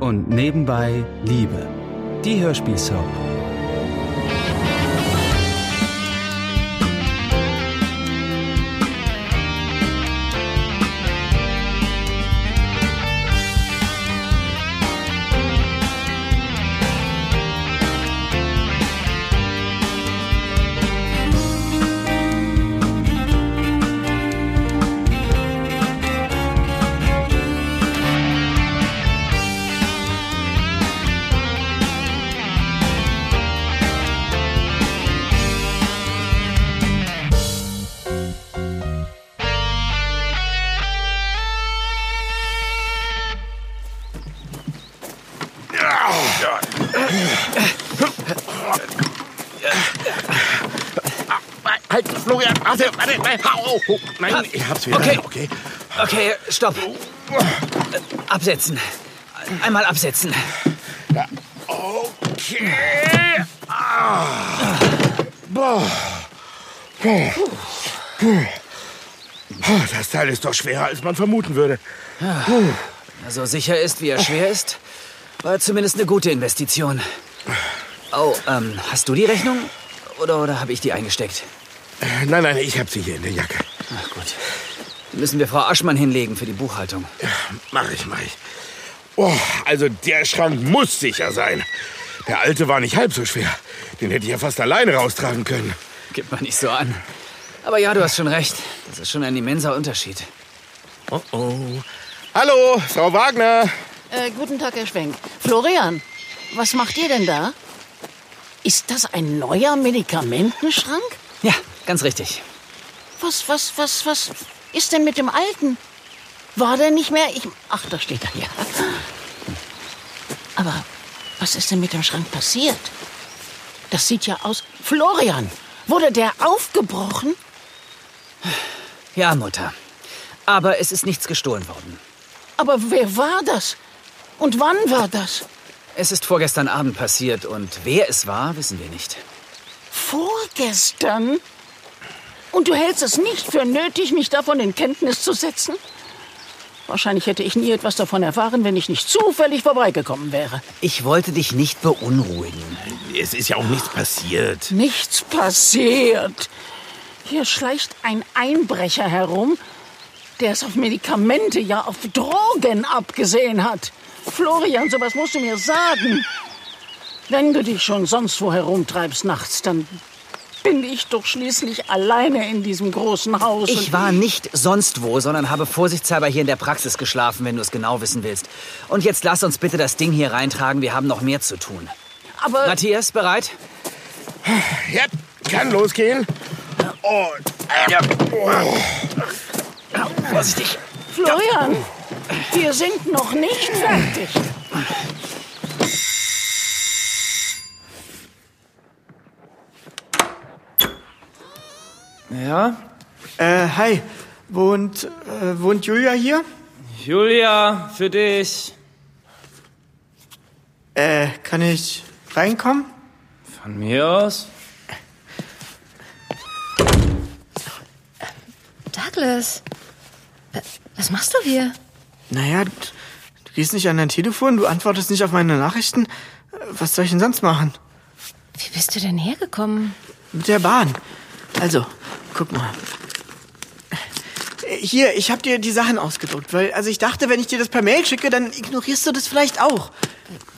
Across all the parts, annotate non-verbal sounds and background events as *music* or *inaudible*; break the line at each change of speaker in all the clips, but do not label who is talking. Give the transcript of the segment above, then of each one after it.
und nebenbei Liebe. Die Hörspielsoap.
Halt, Florian, warte, warte, nein, au, au, nein, ich hab's Ah, wieder.
Okay.
okay.
Okay, stopp. Absetzen. Einmal absetzen.
Ja, okay. Ah. Boah. Puh. Puh. Puh, Das Teil ist doch schwerer, als man vermuten würde. Puh.
So Also sicher ist, wie er schwer ist, war zumindest eine gute Investition. Oh, ähm, hast du die Rechnung? Oder, oder habe ich die eingesteckt?
Nein, nein, ich hab sie hier in der Jacke.
Ach gut. Müssen wir Frau Aschmann hinlegen für die Buchhaltung.
Ja, Mach ich, mach ich. Oh, also der Schrank muss sicher sein. Der alte war nicht halb so schwer. Den hätte ich ja fast alleine raustragen können.
Gib mal nicht so an. Aber ja, du hast schon recht. Das ist schon ein immenser Unterschied.
Oh oh. Hallo, Frau Wagner.
Äh, guten Tag, Herr Schwenk. Florian, was macht ihr denn da? Ist das ein neuer Medikamentenschrank?
Ja, ganz richtig.
Was, was, was, was ist denn mit dem alten? War der nicht mehr? Ich, ach, da steht er ja. Aber was ist denn mit dem Schrank passiert? Das sieht ja aus. Florian, wurde der aufgebrochen?
Ja, Mutter. Aber es ist nichts gestohlen worden.
Aber wer war das? Und wann war das?
Es ist vorgestern Abend passiert und wer es war, wissen wir nicht.
Vorgestern? Und du hältst es nicht für nötig, mich davon in Kenntnis zu setzen? Wahrscheinlich hätte ich nie etwas davon erfahren, wenn ich nicht zufällig vorbeigekommen wäre.
Ich wollte dich nicht beunruhigen.
Es ist ja auch nichts passiert.
Nichts passiert. Hier schleicht ein Einbrecher herum, der es auf Medikamente, ja auf Drogen abgesehen hat. Florian, sowas musst du mir sagen. Wenn du dich schon sonst wo herumtreibst nachts, dann bin ich doch schließlich alleine in diesem großen Haus.
Ich
und-
war nicht sonst wo, sondern habe vorsichtshalber hier in der Praxis geschlafen, wenn du es genau wissen willst. Und jetzt lass uns bitte das Ding hier reintragen, wir haben noch mehr zu tun.
Aber
Matthias, bereit?
Ja, kann losgehen. Oh, ja. oh.
Vorsichtig.
Florian, wir sind noch nicht fertig.
Ja? Äh, hi. Wohnt, äh, wohnt Julia hier?
Julia, für dich.
Äh, kann ich reinkommen?
Von mir aus?
Douglas, äh, was machst du hier?
Naja, du, du gehst nicht an dein Telefon, du antwortest nicht auf meine Nachrichten. Äh, Was soll ich denn sonst machen?
Wie bist du denn hergekommen?
Mit der Bahn. Also, guck mal. Äh, Hier, ich hab dir die Sachen ausgedruckt, weil, also ich dachte, wenn ich dir das per Mail schicke, dann ignorierst du das vielleicht auch.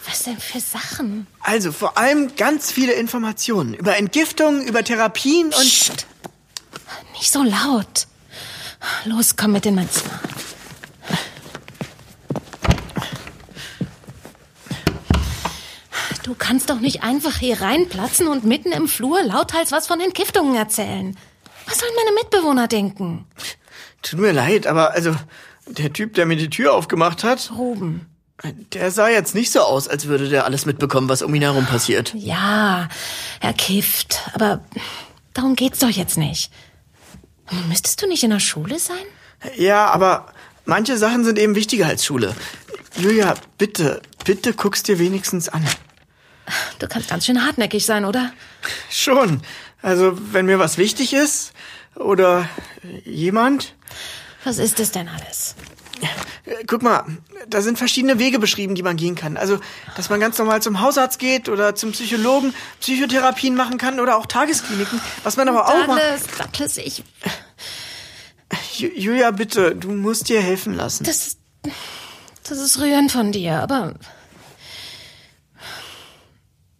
Was denn für Sachen?
Also, vor allem ganz viele Informationen über Entgiftungen, über Therapien und...
Psst. Nicht so laut. Los, komm mit in mein Zimmer. Du kannst doch nicht einfach hier reinplatzen und mitten im Flur lauthals was von Entgiftungen erzählen. Was sollen meine Mitbewohner denken?
Tut mir leid, aber also der Typ, der mir die Tür aufgemacht hat,
Ruben.
der sah jetzt nicht so aus, als würde der alles mitbekommen, was um ihn herum passiert.
Ja, Ah, er kifft, aber darum geht's doch jetzt nicht. Müsstest du nicht in der Schule sein?
Ja, aber manche Sachen sind eben wichtiger als Schule. Julia, bitte, bitte guck's dir wenigstens an.
Du kannst ganz schön hartnäckig sein, oder?
Schon. Also, wenn mir was wichtig ist oder jemand,
Was ist es denn alles?
Äh, Guck mal, da sind verschiedene Wege beschrieben, die man gehen kann. Also, dass man ganz normal zum Hausarzt geht oder zum Psychologen, Psychotherapien machen kann oder auch Tageskliniken. Was man aber auch macht.
Douglas, Douglas, ich.
Ju- Julia, bitte, du musst dir helfen lassen.
Das ist. Das ist rührend von dir, aber.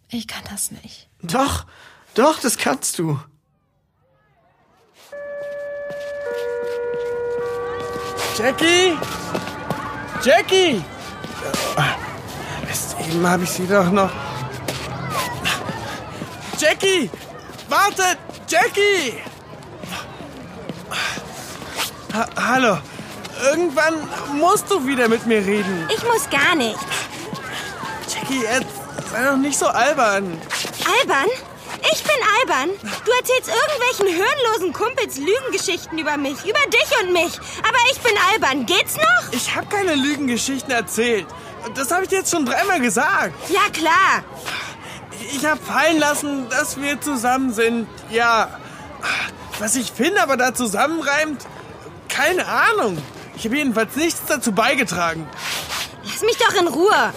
Ich kann das nicht.
Doch, doch, das kannst du.
Jackie? Jackie! Mist, eben habe ich sie doch noch. Jackie! Wartet! Jackie! Ha Hallo. Irgendwann musst du wieder mit mir reden.
Ich muss gar nicht.
Jackie, jetzt sei doch nicht so albern.
Albern? Ich bin albern. Du erzählst irgendwelchen hirnlosen Kumpels Lügengeschichten über mich, über dich und mich. Aber ich bin albern. Geht's noch?
Ich habe keine Lügengeschichten erzählt. Das habe ich dir jetzt schon dreimal gesagt.
Ja, klar.
Ich habe fallen lassen, dass wir zusammen sind. Ja, was sich Finn aber da zusammenreimt, keine Ahnung. Ich habe jedenfalls nichts dazu beigetragen.
Lass mich doch in Ruhe.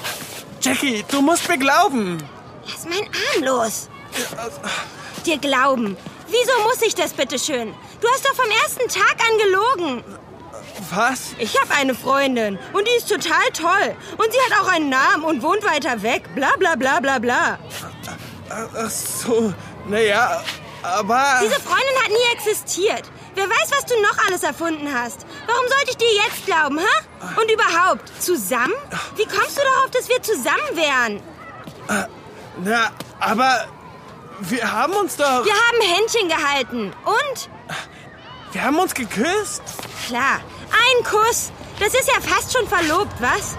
Jackie, du musst mir glauben.
Lass meinen Arm los. Dir glauben. Wieso muss ich das bitte schön? Du hast doch vom ersten Tag an gelogen.
Was?
Ich habe eine Freundin und die ist total toll. Und sie hat auch einen Namen und wohnt weiter weg. Bla bla bla bla bla.
Ach so, naja, aber...
Diese Freundin hat nie existiert. Wer weiß, was du noch alles erfunden hast. Warum sollte ich dir jetzt glauben, hä? Und überhaupt, zusammen? Wie kommst du darauf, dass wir zusammen wären?
Äh, Na, aber wir haben uns doch...
Wir haben Händchen gehalten. Und?
Wir haben uns geküsst.
Klar, ein Kuss. Das ist ja fast schon verlobt, was?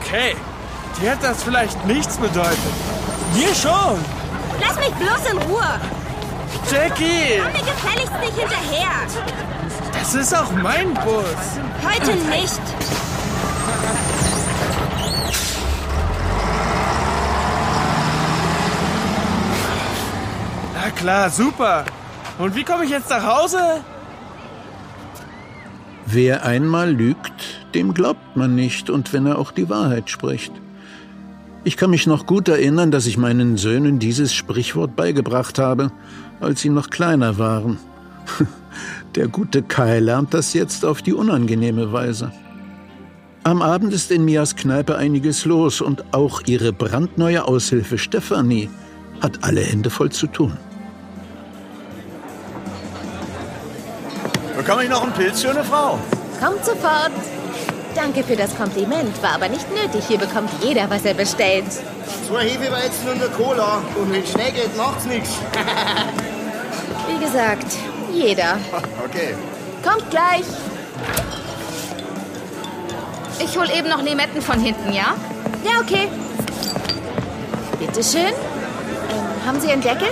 Okay, dir hat das vielleicht nichts bedeutet. Mir schon.
Lass mich bloß in Ruhe.
Jackie,
Komm mir gefälligst nicht hinterher.
das ist auch mein Bus.
Heute nicht.
Na klar, super. Und wie komme ich jetzt nach Hause?
Wer einmal lügt, dem glaubt man nicht und wenn er auch die Wahrheit spricht. Ich kann mich noch gut erinnern, dass ich meinen Söhnen dieses Sprichwort beigebracht habe, als sie noch kleiner waren. *laughs* Der gute Kai lernt das jetzt auf die unangenehme Weise. Am Abend ist in Mias Kneipe einiges los und auch ihre brandneue Aushilfe Stefanie hat alle Hände voll zu tun.
Bekomme ich noch einen Pilz für eine Frau?
Kommt sofort. Danke für das Kompliment, war aber nicht nötig. Hier bekommt jeder, was er bestellt.
Zwei Hefeweizen und eine Cola. Und wenn schnell geht, macht's nichts.
Wie gesagt, jeder.
*laughs* Okay.
Kommt gleich.
Ich hol eben noch Limetten von hinten, ja?
Ja, okay. Bitteschön. Ähm, haben Sie einen Deckel?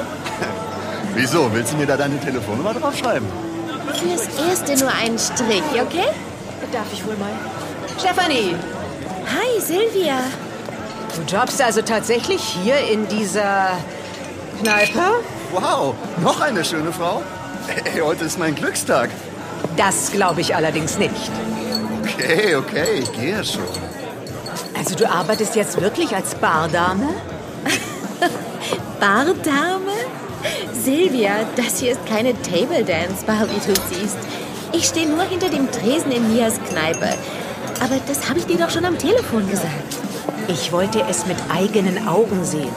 Wieso? Willst du mir da deine Telefonnummer draufschreiben?
Fürs Erste nur einen Strich, okay? Darf ich wohl mal?
Stefanie,
Hi, Silvia.
du jobbst also tatsächlich hier in dieser Kneipe?
Wow, noch eine schöne Frau? Hey, heute ist mein Glückstag.
Das glaube ich allerdings nicht.
Okay, okay, ich gehe ja *laughs* schon.
Also du arbeitest jetzt wirklich als
*laughs*
Bardame?
Bardame? Silvia, das hier ist keine Table Dance Bar, wie du siehst. Ich stehe nur hinter dem Tresen in Mias Kneipe. Aber das habe ich dir doch schon am Telefon gesagt.
Ich wollte es mit eigenen Augen sehen.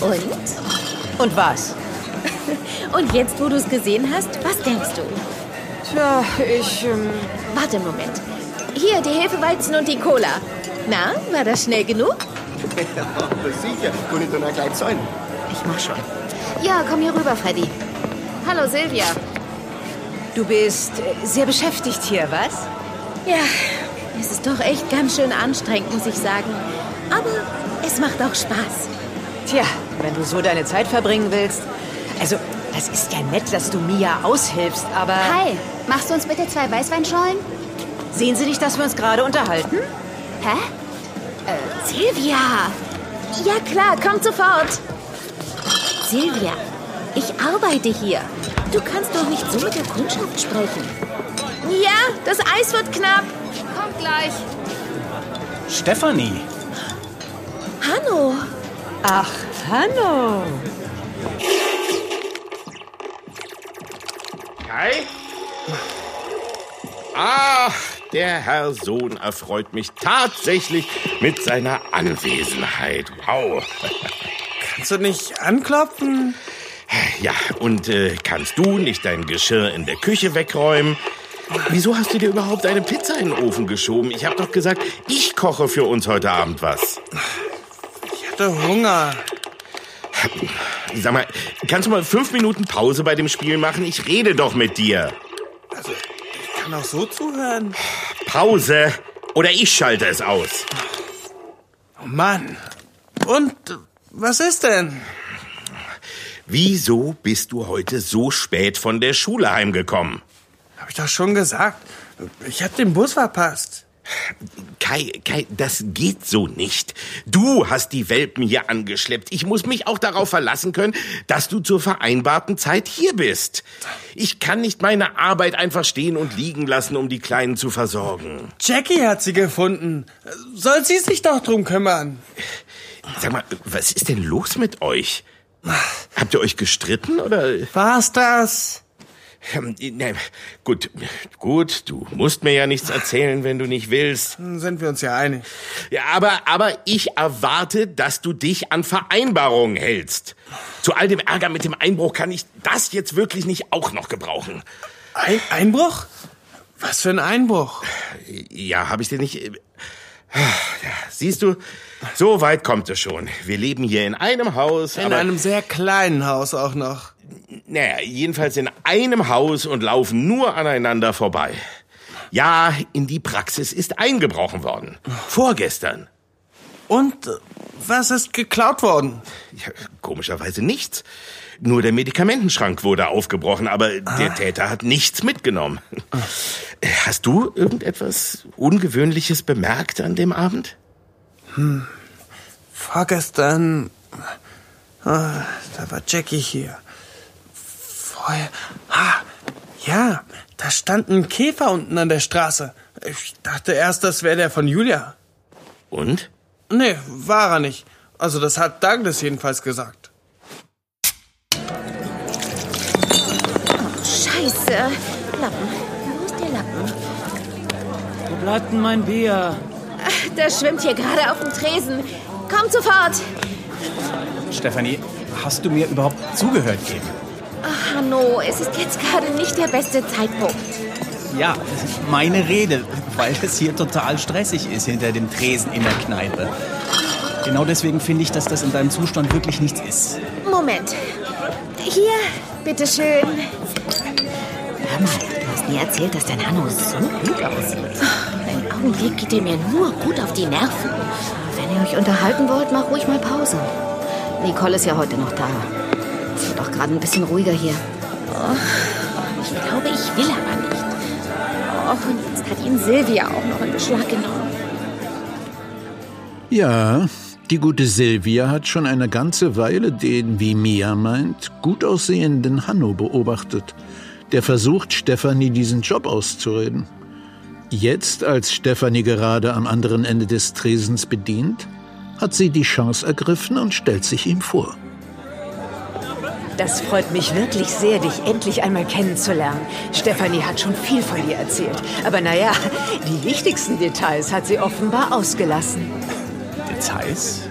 Na, und?
Und was?
Und jetzt, wo du es gesehen hast, was denkst du?
Tja, ich... Ähm,
Warte einen Moment. Hier, die Hefeweizen und die Cola. Na, war das schnell genug?
Sicher, kann ich dann auch gleich sein.
Ich mach schon. Ja, komm hier rüber, Freddy. Hallo, Silvia.
du bist äh, sehr beschäftigt hier, was?
Ja, es ist doch echt ganz schön anstrengend, muss ich sagen. Aber es macht auch Spaß.
Tja, wenn du so deine Zeit verbringen willst. Also, das ist ja nett, dass du Mia aushilfst, aber...
Hi, machst du uns bitte zwei Weißweinschollen?
Sehen Sie nicht, dass wir uns gerade unterhalten?
Hä? Äh, Silvia! Ja klar, komm sofort! Silvia, ich arbeite hier. Du kannst doch nicht so mit der Kundschaft sprechen. Ja, das Eis wird knapp.
gleich.
Stefanie.
Hanno.
Ach, Hanno.
Kai? Ach, der Herr Sohn erfreut mich tatsächlich mit seiner Anwesenheit. Wow. *laughs*
Kannst du nicht anklopfen?
Ja, und äh, kannst du nicht dein Geschirr in der Küche wegräumen? Wieso hast du dir überhaupt eine Pizza in den Ofen geschoben? Ich habe doch gesagt, ich koche für uns heute Abend was.
Ich hatte Hunger.
Sag mal, kannst du mal fünf Minuten Pause bei dem Spiel machen? Ich rede doch mit dir.
Also, ich kann auch so zuhören.
Pause oder ich schalte es aus.
Oh Mann. Und was ist denn?
Wieso bist du heute so spät von der Schule heimgekommen?
Hab ich doch schon gesagt. Ich hab den Bus verpasst.
Kai, Kai, das geht so nicht. Du hast die Welpen hier angeschleppt. Ich muss mich auch darauf verlassen können, dass du zur vereinbarten Zeit hier bist. Ich kann nicht meine Arbeit einfach stehen und liegen lassen, um die Kleinen zu versorgen.
Jackie hat sie gefunden. Soll sie sich doch drum kümmern?
Sag mal, was ist denn los mit euch? Habt ihr euch gestritten oder?
War's das?
Na, gut, gut, du musst mir ja nichts erzählen, wenn du nicht willst.
Sind wir uns ja einig.
Ja, aber, aber ich erwarte, dass du dich an Vereinbarungen hältst. Zu all dem Ärger mit dem Einbruch kann ich das jetzt wirklich nicht auch noch gebrauchen.
Ein Einbruch? Was für ein Einbruch?
Ja, habe ich dir nicht. äh, Siehst du, so weit kommt es schon. Wir leben hier in einem Haus.
In einem sehr kleinen Haus auch noch.
Naja, jedenfalls in einem Haus und laufen nur aneinander vorbei. Ja, in die Praxis ist eingebrochen worden. Vorgestern.
Und äh, was ist geklaut worden?
Ja, komischerweise nichts. Nur der Medikamentenschrank wurde aufgebrochen, aber ah. der Täter hat nichts mitgenommen. Ah. Hast du irgendetwas Ungewöhnliches bemerkt an dem Abend?
Hm. Vorgestern, ah, da war Jackie hier. Vorher, ah, ja, da stand ein Käfer unten an der Straße. Ich dachte erst, das wäre der von Julia.
Und?
Nee, war er nicht. Also das hat Douglas jedenfalls gesagt.
Scheiße. Lappen. Wo ist der Lappen?
Wo bleibt denn mein Bier?
Der schwimmt hier gerade auf dem Tresen. Komm sofort.
Stefanie, hast du mir überhaupt zugehört eben?
Ach, Hanno, es ist jetzt gerade nicht der beste Zeitpunkt.
Ja, meine Rede, weil es hier total stressig ist hinter dem Tresen in der Kneipe. Genau deswegen finde ich, dass das in deinem Zustand wirklich nichts ist.
Moment. Hier, bitteschön.
Hör mal, du hast mir erzählt, dass dein Hanno so gut aussieht.
Ein Augenblick geht ihr mir nur gut auf die Nerven. Wenn ihr euch unterhalten wollt, mach ruhig mal Pause. Nicole ist ja heute noch da. Es wird auch gerade ein bisschen ruhiger hier. Oh, ich glaube, ich will aber nicht. Oh, und jetzt hat ihn Silvia auch noch in Beschlag genommen.
Ja, die gute Silvia hat schon eine ganze Weile den, wie Mia meint, gut aussehenden Hanno beobachtet. Der versucht, Stefanie diesen Job auszureden. Jetzt, als Stefanie gerade am anderen Ende des Tresens bedient, hat sie die Chance ergriffen und stellt sich ihm vor.
Das freut mich wirklich sehr, dich endlich einmal kennenzulernen. Stefanie hat schon viel von dir erzählt. Aber naja, die wichtigsten Details hat sie offenbar ausgelassen.
Details?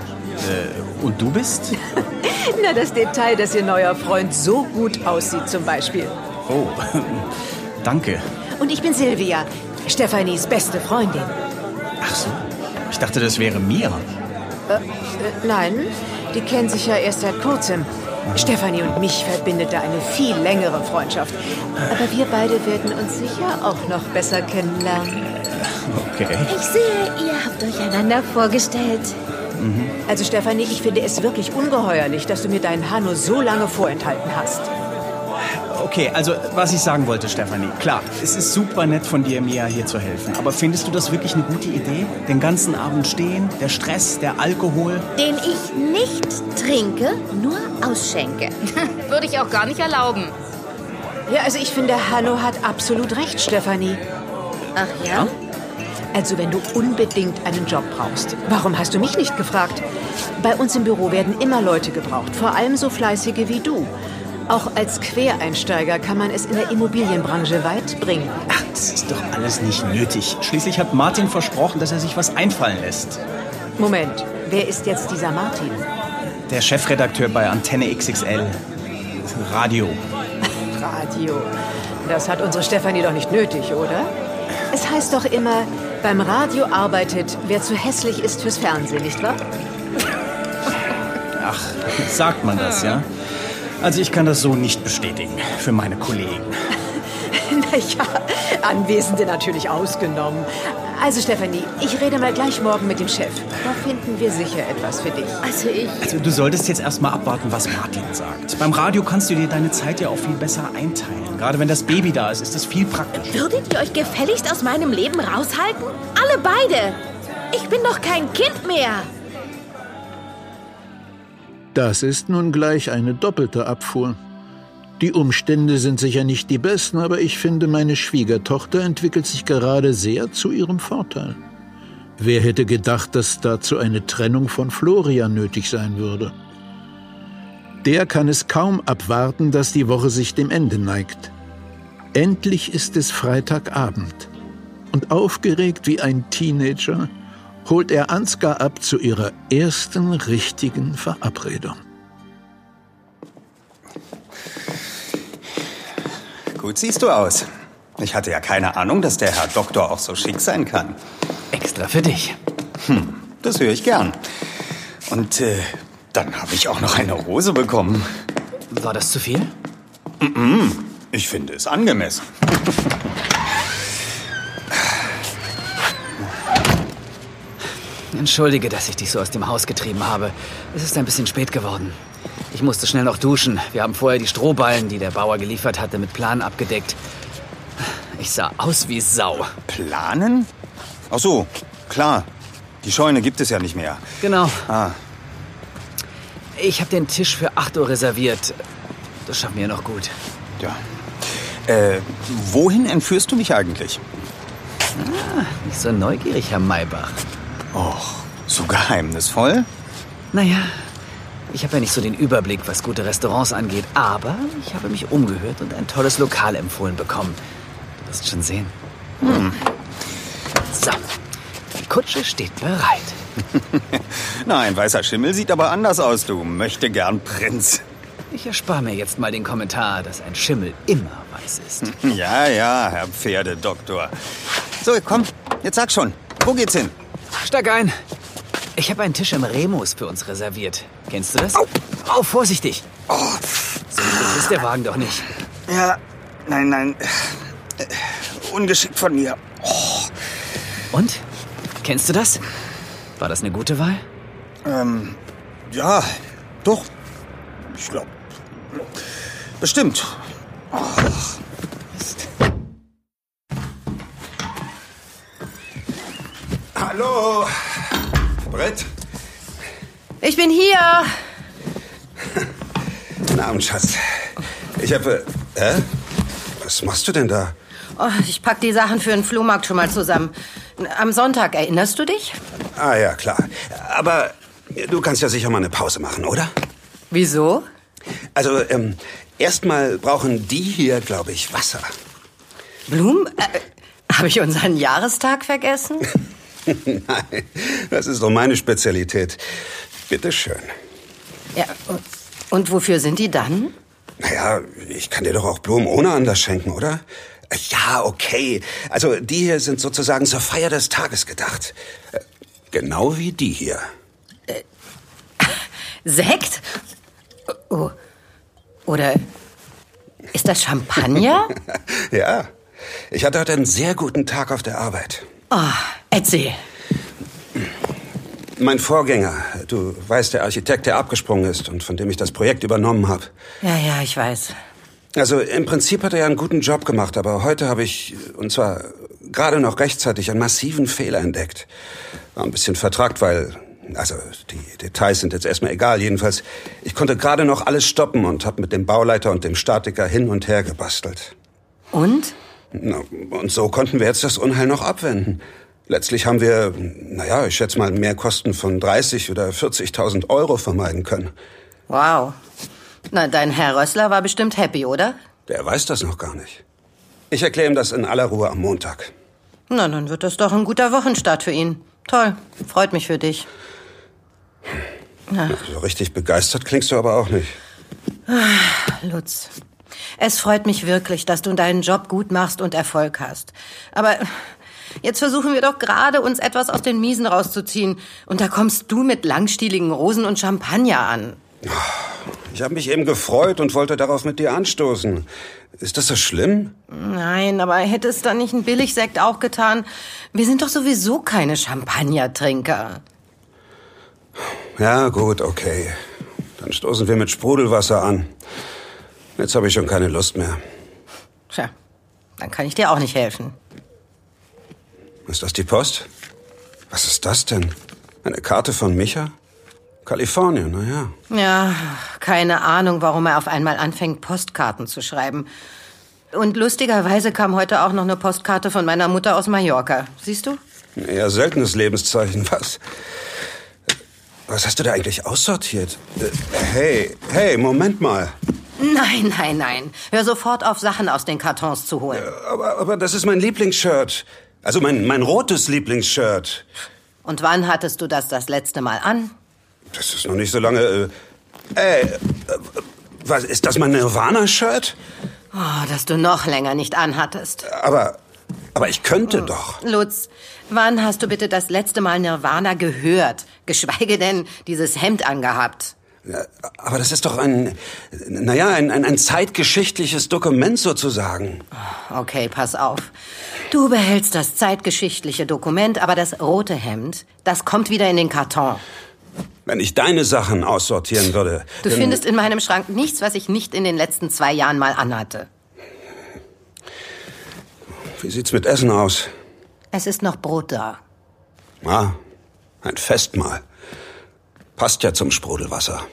Äh, und
*laughs*
du bist?
Na, das Detail, dass ihr neuer Freund so gut aussieht zum Beispiel.
Oh, *laughs* danke.
Und ich bin Silvia, Stefanies beste Freundin.
Ach so, ich dachte, das wäre Mia.
Äh, äh, nein, die kennen sich ja erst seit kurzem. Stefanie und mich verbindet da eine viel längere Freundschaft. Aber wir beide werden uns sicher auch noch besser kennenlernen.
Okay.
Ich sehe, ihr habt euch einander vorgestellt.
Mhm. Also Stefanie, ich finde es wirklich ungeheuerlich, dass du mir deinen Hanno so lange vorenthalten hast.
Okay, also was ich sagen wollte, Stefanie, klar, es ist super nett von dir, Mia hier zu helfen. Aber findest du das wirklich eine gute Idee? Den ganzen Abend stehen, der Stress, der Alkohol?
Den ich nicht trinke, nur ausschenke. *laughs*
Würde ich auch gar nicht erlauben.
Ja, also ich finde, Hanno hat absolut recht, Stefanie.
Ach ja? ja?
Also wenn du unbedingt einen Job brauchst, warum hast du mich nicht gefragt? Bei uns im Büro werden immer Leute gebraucht, vor allem so fleißige wie du. Auch als Quereinsteiger kann man es in der Immobilienbranche weit bringen.
Ach, das ist doch alles nicht nötig. Schließlich hat Martin versprochen, dass er sich was einfallen lässt.
Moment, wer ist jetzt dieser Martin?
Der Chefredakteur bei Antenne XXL. Radio.
Radio. Das hat unsere Stefanie doch nicht nötig, oder? Es heißt doch immer, beim Radio arbeitet, wer zu hässlich ist fürs Fernsehen, nicht *laughs* wahr?
Ach, sagt man das, ja? Also ich kann das so nicht bestätigen. Für meine Kollegen.
Naja, Anwesende natürlich ausgenommen. Also Stefanie, ich rede mal gleich morgen mit dem Chef. Da finden wir sicher etwas für dich. Also ich.
Also du solltest jetzt erstmal abwarten, was Martin sagt. Beim Radio kannst du dir deine Zeit ja auch viel besser einteilen. Gerade wenn das Baby da ist, ist es viel praktischer.
Würdet ihr euch gefälligst aus meinem Leben raushalten? Alle beide! Ich bin doch kein Kind mehr!
Das ist nun gleich eine doppelte Abfuhr. Die Umstände sind sicher nicht die besten, aber ich finde, meine Schwiegertochter entwickelt sich gerade sehr zu ihrem Vorteil. Wer hätte gedacht, dass dazu eine Trennung von Florian nötig sein würde? Der kann es kaum abwarten, dass die Woche sich dem Ende neigt. Endlich ist es Freitagabend. Und aufgeregt wie ein Teenager holt er Ansgar ab zu ihrer ersten richtigen Verabredung.
Gut siehst du aus. Ich hatte ja keine Ahnung, dass der Herr Doktor auch so schick sein kann.
Extra für dich.
Hm, das höre ich gern. Und äh, dann habe ich auch noch eine Rose bekommen.
War das zu viel?
Mhm, ich finde es angemessen.
Entschuldige, dass ich dich so aus dem Haus getrieben habe. Es ist ein bisschen spät geworden. Ich musste schnell noch duschen. Wir haben vorher die Strohballen, die der Bauer geliefert hatte, mit Planen abgedeckt. Ich sah aus wie Sau.
Planen? Ach so, klar. Die Scheune gibt es ja nicht mehr.
Genau.
Ah,
Ich habe den Tisch für 8 Uhr reserviert. Das schaffen wir noch gut.
Ja. Äh, wohin entführst du mich eigentlich?
Ah, nicht so neugierig, Herr Maybach.
Och, so geheimnisvoll?
Naja, ich habe ja nicht so den Überblick, was gute Restaurants angeht, aber ich habe mich umgehört und ein tolles Lokal empfohlen bekommen. Du wirst schon sehen.
Hm.
So, die Kutsche steht bereit.
*laughs* Nein, weißer Schimmel sieht aber anders aus, du möchte gern Prinz. *laughs*
Ich erspare mir jetzt mal den Kommentar, dass ein Schimmel immer weiß ist.
Hm. Ja, ja, Herr Pferdedoktor. So, komm, jetzt sag schon. Wo geht's hin?
Steig ein. Ich habe einen Tisch im Remus für uns reserviert. Kennst du das? Au, Au vorsichtig.
Oh.
So niedrig ist der Wagen doch nicht.
Ja, nein, nein. Äh, Ungeschickt von mir.
Und? Kennst du das? War das eine gute Wahl?
Ähm, ja, doch. Ich glaube. Bestimmt. Hallo, Brett.
Ich bin hier.
Guten Abend, Schatz. Ich habe. Hä? Was machst du denn da?
Oh, ich pack die Sachen für den Flohmarkt schon mal zusammen. Am Sonntag, erinnerst du dich?
Ah ja, klar. Aber du kannst ja sicher mal eine Pause machen, oder?
Wieso?
Also, ähm, erstmal brauchen die hier, glaube ich, Wasser.
Blumen? Äh, Habe ich unseren Jahrestag vergessen?
*laughs* Nein, das ist doch meine Spezialität. Bitte schön.
Ja. und- Und wofür sind die dann?
Naja, ich kann dir doch auch Blumen ohne Anlass schenken, oder? Ja, okay. Also, die hier sind sozusagen zur Feier des Tages gedacht. Äh, Genau wie die hier.
Sekt? Oh. Oder ist das Champagner?
Ja. Ich hatte heute einen sehr guten Tag auf der Arbeit.
Oh, erzähl.
Mein Vorgänger, du weißt, der Architekt, der abgesprungen ist und von dem ich das Projekt übernommen habe.
Ja, ja, ich weiß.
Also im Prinzip hat er ja einen guten Job gemacht, aber heute habe ich, äh, und zwar gerade noch rechtzeitig, einen massiven Fehler entdeckt. War ein bisschen vertragt, weil, also die Details sind jetzt erstmal egal. Jedenfalls, ich konnte gerade noch alles stoppen und habe mit dem Bauleiter und dem Statiker hin und her gebastelt.
Und?
Na, und so konnten wir jetzt das Unheil noch abwenden. Letztlich haben wir, naja, ich schätze mal, mehr Kosten von 30 oder 40.000 Euro vermeiden können.
Wow. Na, dein Herr Rössler war bestimmt happy, oder?
Der weiß das noch gar nicht. Ich erkläre ihm das in aller Ruhe am Montag.
Na, dann wird das doch ein guter Wochenstart für ihn. Toll, freut mich für dich. Na,
So richtig begeistert klingst du aber auch nicht.
ah, Lutz, es freut mich wirklich, dass du deinen Job gut machst und Erfolg hast. Aber jetzt versuchen wir doch gerade, uns etwas aus den Miesen rauszuziehen. Und da kommst du mit langstieligen Rosen und Champagner an.
Ich habe mich eben gefreut und wollte darauf mit dir anstoßen. Ist das so schlimm?
Nein, aber hätte es dann nicht ein Billigsekt auch getan? Wir sind doch sowieso keine Champagnertrinker.
Ja, gut, okay. Dann stoßen wir mit Sprudelwasser an. Jetzt habe ich schon keine Lust mehr.
Tja, dann kann ich dir auch nicht helfen.
Ist das die Post? Was ist das denn? Eine Karte von Micha? Kalifornien, naja.
Ja, keine Ahnung, warum er auf einmal anfängt, Postkarten zu schreiben. Und lustigerweise kam heute auch noch eine Postkarte von meiner Mutter aus Mallorca. Siehst du?
Eher seltenes Lebenszeichen, *laughs* was? Was hast du da eigentlich aussortiert? Äh, Hey, hey, Moment mal.
Nein, nein, nein. Hör sofort auf, Sachen aus den Kartons zu holen.
Aber, aber das ist mein Lieblingsshirt. Also mein, mein rotes Lieblingsshirt.
Und wann hattest du das das letzte Mal an?
Das ist noch nicht so lange. Äh, ey, äh, was ist das mein Nirvana-Shirt?
Oh, dass du noch länger nicht anhattest.
Aber, aber ich
Ah.
könnte doch.
Lutz, wann hast du bitte das letzte Mal Nirvana gehört? Geschweige denn dieses Hemd angehabt.
Ja, Aber das ist doch ein, naja, ein, ein, ein zeitgeschichtliches Dokument sozusagen.
Ah, Okay, pass auf. Du behältst das zeitgeschichtliche Dokument, aber das rote Hemd, das kommt wieder in den Karton.
Wenn ich deine Sachen aussortieren würde.
Du
dann-
findest in meinem Schrank nichts, was ich nicht in den letzten zwei Jahren mal anhatte.
Wie sieht's mit Essen aus?
Es ist noch Brot da.
Ah, ein Festmahl. Passt ja zum
*clears throat*
Sprudelwasser.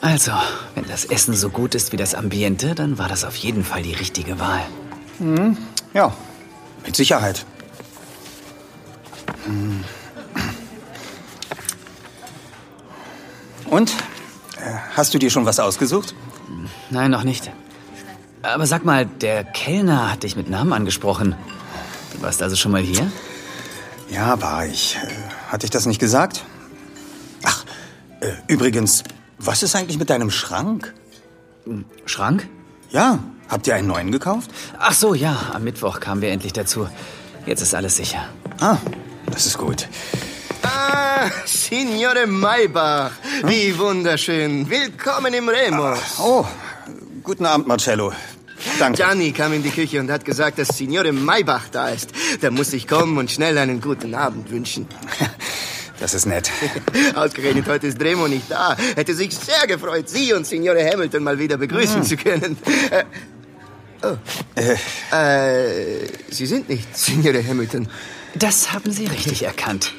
Also, wenn das Essen so gut ist wie das Ambiente, dann war das auf jeden Fall die richtige Wahl.
Hm, ja, mit Sicherheit. Hm. Und? Äh, Hast du dir schon was ausgesucht?
Nein, noch nicht. Aber sag mal, der Kellner hat dich mit Namen angesprochen. Du warst also schon mal hier?
Ja, war ich. Hatte ich das nicht gesagt? Ach, äh, übrigens, was ist eigentlich mit deinem Schrank?
Schrank?
Ja, habt ihr einen neuen gekauft?
Ach so, ja, am Mittwoch kamen wir endlich dazu. Jetzt ist alles sicher.
Ah, das ist gut.
Ah, Signore Maybach. Wie wunderschön. Willkommen im Remo.
Oh, guten Abend, Marcello. Danke.
Gianni kam in die Küche und hat gesagt, dass Signore Maybach da ist. Da muss ich kommen und schnell einen guten Abend wünschen.
*laughs* Das ist nett.
*laughs* Ausgerechnet heute ist Remo nicht da. Hätte sich sehr gefreut, Sie und Signore Hamilton mal wieder begrüßen
Mhm.
zu können. Äh, oh. äh, Sie sind nicht Signore Hamilton.
Das haben Sie richtig erkannt.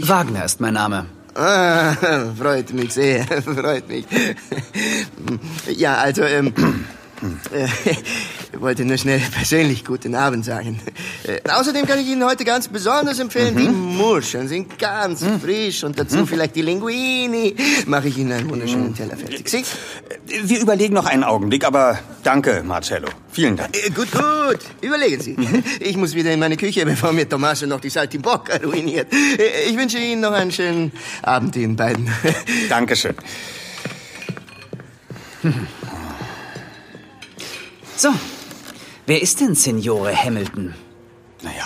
Wagner ist mein Name.
Ah, *laughs* freut mich sehr, *laughs* freut mich. Ja, also, ähm, äh, ich wollte nur schnell persönlich guten Abend sagen. Äh, außerdem kann ich Ihnen heute ganz besonders empfehlen, die Muscheln sind ganz frisch und dazu vielleicht die Linguini. Mache ich Ihnen einen wunderschönen Teller fertig. Sie?
Wir überlegen noch einen Augenblick, aber danke, Marcello. Vielen Dank.
Äh, Gut, gut. Überlegen Sie. Ich muss wieder in meine Küche, bevor mir Tommaso noch die Saltimbocca ruiniert. Äh, Ich wünsche Ihnen noch einen schönen Abend, Ihnen beiden.
Dankeschön.
So, wer ist denn Signore Hamilton?
Naja.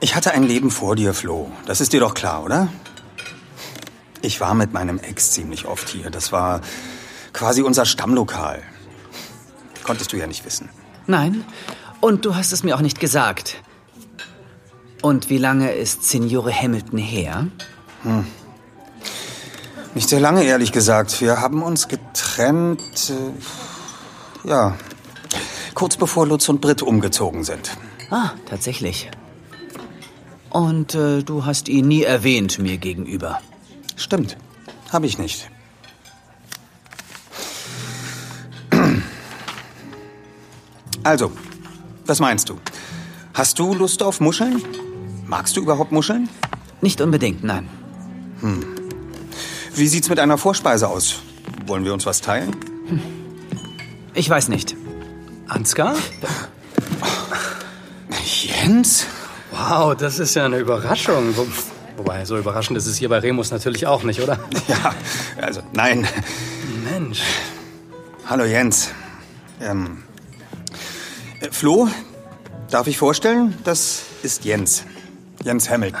Ich hatte ein Leben vor dir, Flo. Das ist dir doch klar, oder? Ich war mit meinem Ex ziemlich oft hier. Das war quasi unser Stammlokal. Konntest du ja nicht wissen.
Nein. Und du hast es mir auch nicht gesagt. Und wie lange ist Signore Hamilton her?
Hm. Nicht sehr lange, ehrlich gesagt. Wir haben uns getrennt. äh, Ja. Kurz bevor Lutz und Britt umgezogen sind.
Ah, tatsächlich. Und äh, du hast ihn nie erwähnt mir gegenüber.
Stimmt. Habe ich nicht. Also, was meinst du? Hast du Lust auf Muscheln? Magst du überhaupt Muscheln?
Nicht unbedingt, nein.
Hm. Wie sieht's mit einer Vorspeise aus? Wollen wir uns was teilen?
Ich weiß nicht.
Ansgar?
Jens?
Wow, das ist ja eine Überraschung. Wo- Wobei, so überraschend ist es hier bei Remus natürlich auch nicht, oder?
Ja, also nein.
Mensch.
Hallo Jens. Ähm, äh, Flo, darf ich vorstellen? Das ist Jens. Jens Hamilton.